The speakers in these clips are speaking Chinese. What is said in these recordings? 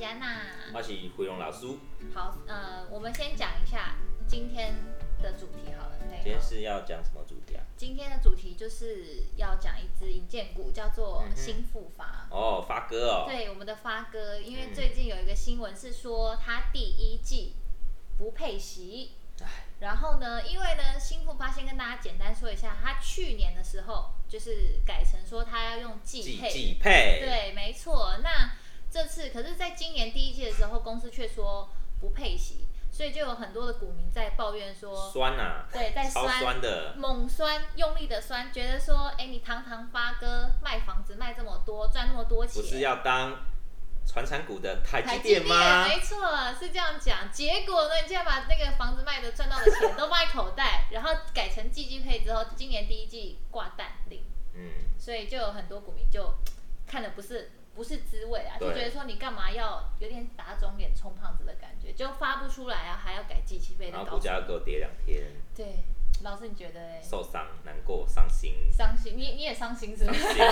安娜。我是回龙老师，好，呃，我们先讲一下今天的主题好了，今可以天吗？是要讲什么主题啊？今天的主题就是要讲一只银剑股，叫做嗯哼新复发。哦，发哥哦，对，我们的发哥，因为嗯最近有一个新闻是说他第一季不配息。哎，然后呢，因为呢，新复发先跟大家简单说一下，他去年的时候就是改成说他要用季季配，季配，，对，没错。那这次可是，在今年第一季的时候，公司却说不配息，所以就有很多的股民在抱怨说，酸啊，对，在超酸，酸的，猛酸，用力的酸，觉得说，哎，你堂堂发哥卖房子卖这么多，赚那么多不是钱。要当传产股的台台积积电吗？没错，是这样讲。结果呢，你竟然把那个房子卖的赚到的钱都放在口袋，然后改成季季配之后，今年第一季挂蛋领。嗯，所以就有很多股民就看的不是不是滋味啊，就对觉得说你干嘛要有点打肿脸充胖子的感觉，就发不出来啊，还要改机器费然的后高股。价又给我跌两天，对，老师你觉得嘞？受伤、难过、伤心，伤心，你你也伤心是不伤是？心，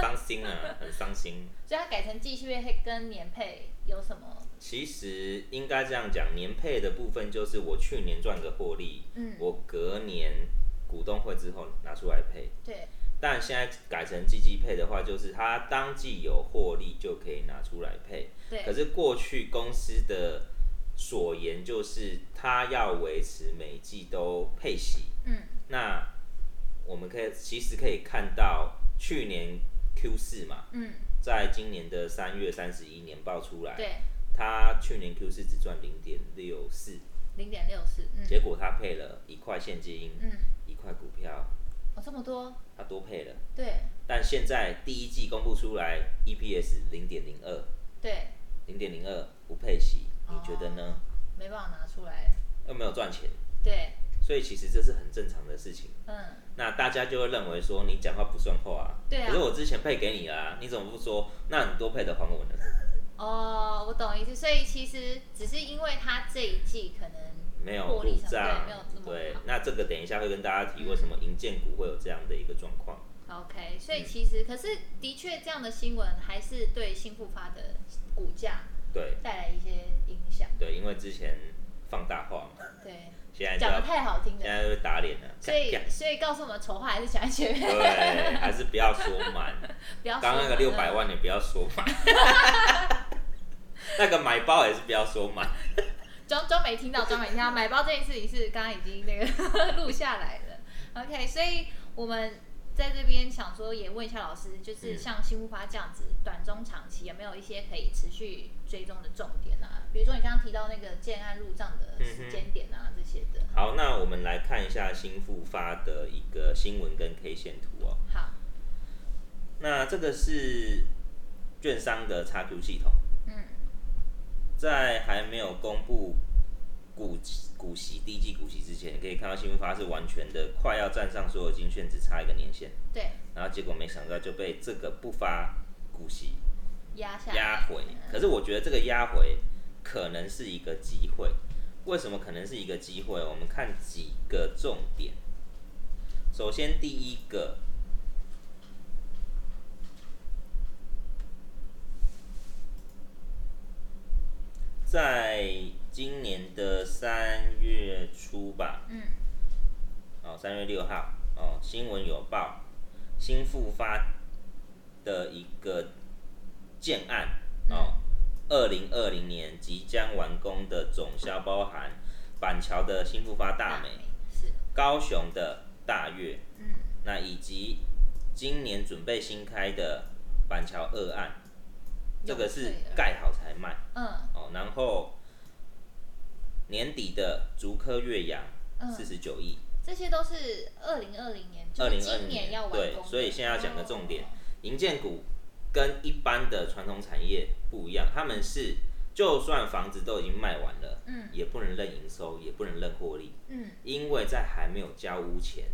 伤心啊，很伤心。所以它改成季续配跟年配有什么？其实应该这样讲，年配的部分就是我去年赚的获利，嗯，我隔年股东会之后拿出来配。对，但现在改成季季配的话，就是它当季有获利就可以拿出来配。对可是过去公司的所言就是，它要维持每季都配息。嗯，那我们可以其实可以看到，去年 Q 四嘛，嗯，在今年的三月三十一年报出来，对，它去年 Q 四只赚零点六四，零点六四，嗯，结果它配了一块现金，嗯，一块股票，哦这么多，它多配了。对但现在第一季公布出来，EPS 零点零二，对，零点零二不配息，你觉得呢？没办法拿出来，又没有赚钱，对，所以其实这是很正常的事情。啊嗯，那大家就会认为说你讲话不算话啊，对啊可是我之前配给你啦、你怎么不说？那你多配的还我呢？哦，我懂意思，所以其实只是因为他这一季可能没有获入利上账对，没有这么好嗯对，那这个等一下会跟大家提为什么银建股会有这样的一个状况。 OK，所以其实、可是的确这样的新闻还是对新复发的股价对带来一些影响。对，因为之前放大化嘛，对，现在就讲的要太好听现了，在就打脸了，所以干所以告诉我们丑话还是讲在前面，对，还是不要说满。不要呃刚刚那个六百万，万也不要说满， 那个买包也是不要说满。装装没听到，装没听到，买包这件事情是刚刚已经那个 录下来了。OK，所以我们。在这边想说，也问一下老师，就是嗯像新复发这样子，短中长期有没有一些可以持续追踪的重点啊？比如说你刚刚提到那个建案入账的时嗯间点啊，这些的。好，那我们来看一下新复发的一个新闻跟 K 线图哦。好，那这个是券商的 XQ 系统，嗯，在还没有公布股股息第一季股息之前，可以看到新复发是完全的快要站上所有金券，只差一个年限，对，然后结果没想到就被这个不发股息压下来嗯压回。可是我觉得这个压回可能是一个机会，为什么可能是一个机会？我们看几个重点。首先，第一个，在今年的三月初吧，嗯，哦，三月六号，哦，新闻有报新复发的一个建案，哦，二零二零年即将完工的总销包含板桥的新复发大美、是，高雄的大月，嗯，那以及今年准备新开的板桥二案，这个是永翠二盖好才卖嗯哦，然后年底的竹科岳阳四嗯，十九亿。这些都是二零二零年，就二是零二今零年要完工对的，所以现在要讲的重点哦，银建股跟一般的传统产业不一样，他们是就算房子都已经卖完了，嗯也不能认营收，也不能认获利，嗯，因为在还没有交屋前，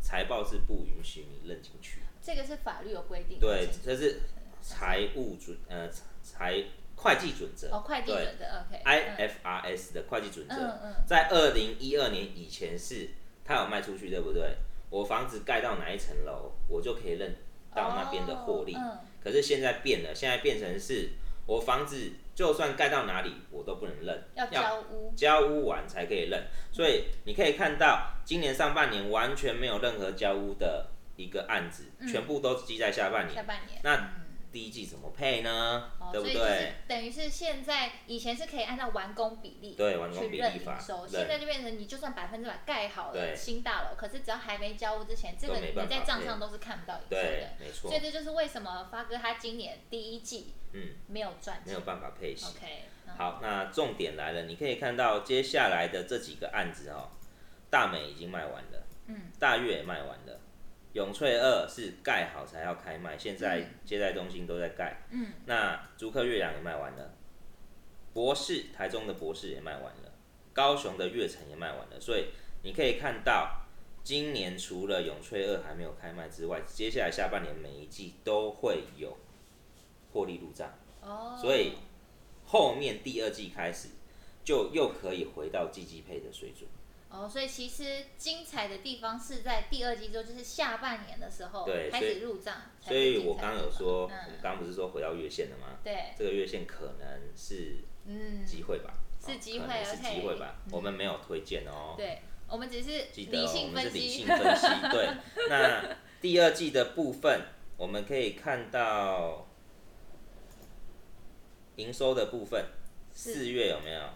财报是不允许你认进去。这个是法律有规定的，对，这是财务准呃财会计准则哦，会计准的，OK，嗯 IFRS 的会计准则，嗯嗯，在二零一二年以前是它有卖出去，对不对？我房子盖到哪一层楼，我就可以认到那边的获利。嗯哦嗯可是现在变了，现在变成是我房子就算盖到哪里，我都不能认，嗯要交屋，交屋完才可以认。所以你可以看到，今年上半年完全没有任何交屋的一个案子，嗯全部都积在下半下年。半年。那嗯第一季怎么配呢？哦，对所不以就是对？等于是现在以前是可以按照完工比例对，完工去比认例营法收，，现对，在就变成你就算百分之百盖好了对新大楼，可是只要还没交屋之前，这都个没你办法在账上都是看不到营收对的。，没错所以，这就是为什么发哥他今年第一季嗯，没有赚没钱有。办法配息。 OK，嗯好，那重点来了，你可以看到接下来的这几个案子哦，大美已经卖完了，嗯，大悦也卖完了，永翠二是盖好才要开卖，现在接待中心都在盖，嗯，那竹科岳阳也卖完了，博士台中的博士也卖完了，高雄的悦城也卖完了，所以你可以看到。今年除了永翠二还没有开卖之外，接下来下半年每一季都会有获利入账。哦，所以后面第二季开始就又可以回到季季配的水准。哦，所以其实精彩的地方是在第二季之后，就是下半年的时候对开所以始入账啊才所是精彩的地方，以我刚刚有说，我嗯们刚刚不是说回到月线了吗？对，这个月线可能是嗯，机会吧，是哦机可会能是机 OK，会吧嗯。我们没有推荐哦，对，我们只是记得理哦我性们是分理析性，分析。对，那第二季的部分，我们可以看到营收的部分，是四月有没有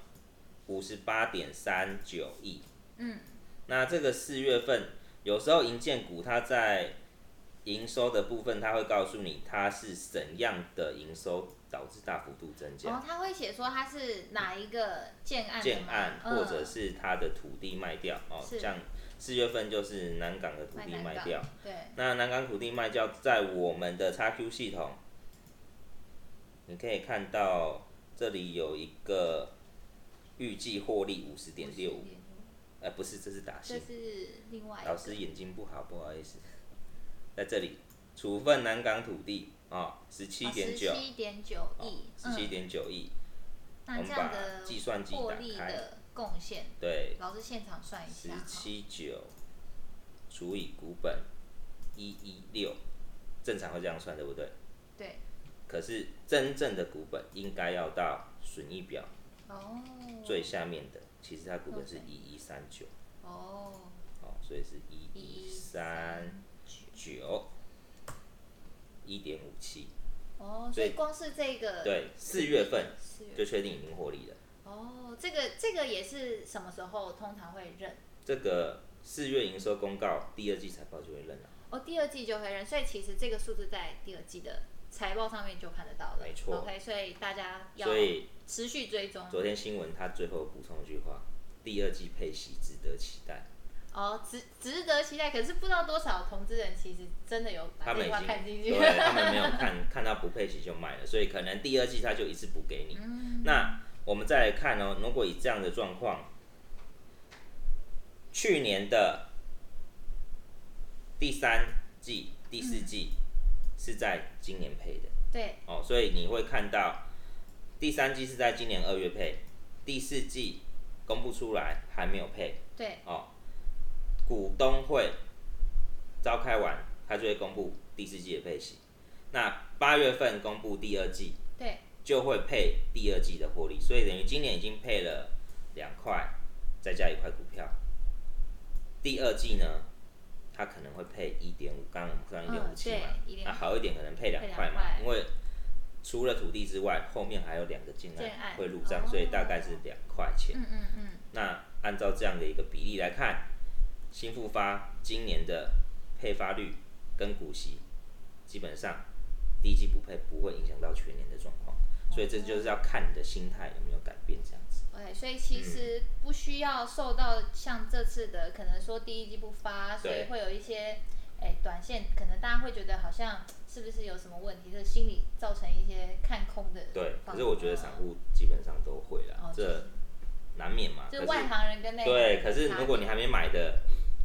五十八点三九亿？嗯，那这个四月份，有时候银建股它在营收的部分，它会告诉你它是怎样的营收导致大幅度增然加，后哦他会写说他是哪一个建案的建吗案嗯或者是它的土地卖掉哦，是像四月份就是南港的土地嗯卖南卖港掉，对，那南港土地卖掉在我们的 XQ 系统，你可以看到这里有一个预计获利五十点六五，哎，不是，这是打这新。是另外一老个哦师眼睛不好，不好意思。在这里，处分南港土地啊，十七点九，哦七点九亿，十七嗯，点九亿。那我这们样把的计算机获打利开，的贡献，对，老师现场算一十下哈，七九除以股本一一六，正常会这样算，对不对？对，可是真正的股本应该要到损益表哦，最下面的，其实它股本是 OK 一一三九，哦，哦，所以是一一一三九，九一点五七。哦，所所以以光是这个对，四月份四月就确定已经获利了。哦，这个这个也是什么时候通常会认？这个四月营收公告，第二季财报就会认了。哦，第二季就会认，所以其实这个数字在第二季的财报上面就看得到了。没错 OK，所以大家要所以持续追踪。昨天新闻他最后补充一句话：第二季配息值得期待。哦，值值得期待，可是不知道多少投资人其实真的有把他这们已句话看进经去。对他们没有看看到不配息就卖了，所以可能第二季他就一次补给你。嗯那我们再来看哦，如果以这样的状况，去年的第三季、第四季是在今年配的。对，哦，所以你会看到第三季是在今年二月配，第四季公布出来还没有配对，哦。股东会召开完，它就会公布第四季的配息。那八月份公布第二季，对，就会配第二季的获利，所以等于今年已经配了两块，再加一块股票。第二季呢，它可能会配一点五，刚刚我们算一点五嗯，七对嘛，，一那点好一点可能配两块嘛，因为除了土地之外，后面还有两个建建案案会入账，哦所以大概是两块钱。嗯嗯嗯，那按照这样的一个比例来看，新复发今年的配发率跟股息，基本上第一季不配不会影响到全年的状况，所以这就是要看你的心态有没有改变这样子。对，所以其嗯实不需要受到像这次的，可能说第一季不发，所以对会有一些，哎，短线可能大家会觉得好像是不是有什么问题，就是心理造成一些看空的对，方法。可是我觉得散户基本上都会啦哦，这难免嘛。就啊可是是外行人跟内行对，人可的是差如果别你还没买的，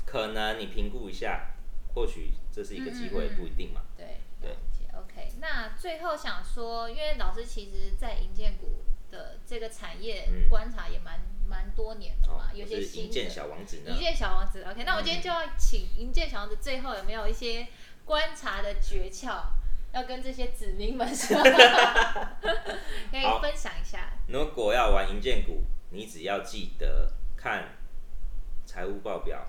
可能你评估一下，或许这是一个机会，嗯嗯嗯不一定嘛。对对了解 OK，那最后想说，因为老师其实在银建股的这个产业嗯观察也蛮蛮、多年的嘛，哦，有我些是新银的建。小王子呢银，建小王子，OK，那我今天就要请银建小王子最后有没有一些观察的诀窍，要跟这些子民们 说，可以好分享一下。如果要玩银建股，你只要记得看财务报表、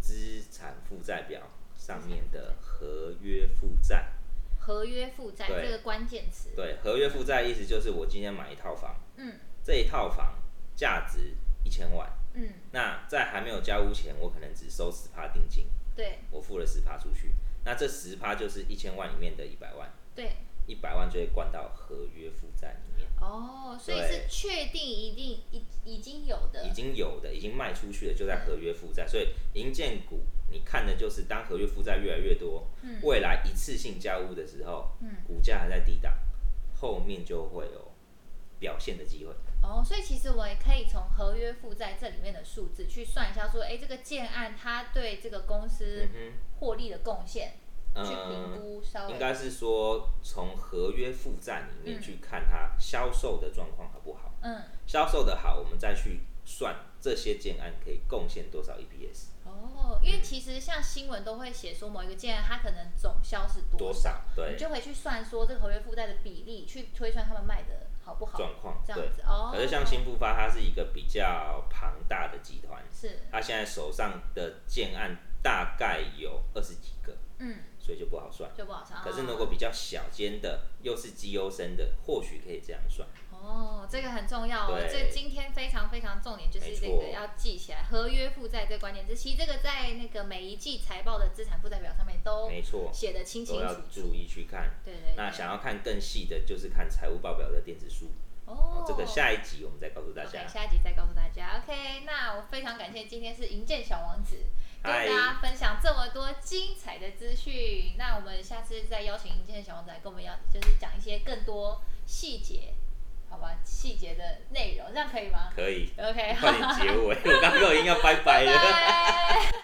资产负债表上面的合约负债。合约负债对这个关键词，对，合约负债意思就是我今天买一套房，嗯这一套房价值一千万，嗯，那在还没有交屋前，我可能只收十趴定金，对我付了十趴出去，那这十趴就是一千万里面的一百万，对，一百万就会灌到合约负债里面。哦，所以是对确定一定已已经有的已，经有的、已经卖出去的，就在合约负债。所以银建股，你看的就是当合约负债越来越多，嗯未来一次性交屋的时候，嗯股价还在低档，后面就会有表现的机会。哦，所以其实我也可以从合约负债这里面的数字去算一下，说，哎，这个建案它对这个公司嗯获利的贡献，哼，去评嗯，估稍应微，该是说从合约负债里面去看它销售的状况好不好，嗯，销售的好，我们再去算这些建案可以贡献多少 E EPS。哦，因为其实像新闻都会写说某一个建案它可能总销是多少少，对你就回去算说这个合约负债的比例，去推算他们卖的好不好，状况这样对子哦。可是像新复发，它是一个比较庞大的集团，是，他现在手上的建案大概有二十几个，嗯，所以就不好算。就不好算。可是哦如果比较小间的，又是绩优生的，或许可以这样算。哦，这个很重要哦。对这今天非常非常重点就是这个没错要记起来，合约负债这关键字，其实这个在那个每一季财报的资产负债表上面都没错，写的清哦清都要楚楚。注意去看。对对那对，想要看更细的，就是看财务报表的电子书。哦，这个下一集我们再告诉大 OK，家。下一集再告诉大家。OK，那我非常感谢今天是银建小王子跟大嗨家分享这么多精彩的资讯。那我们下次再邀请银建小王子来跟我们要，就是讲一些更多细节，好吧？细节的内容，这样可以吗可以， ？OK，好 快。点结尾，我刚刚已经要拜拜了。拜。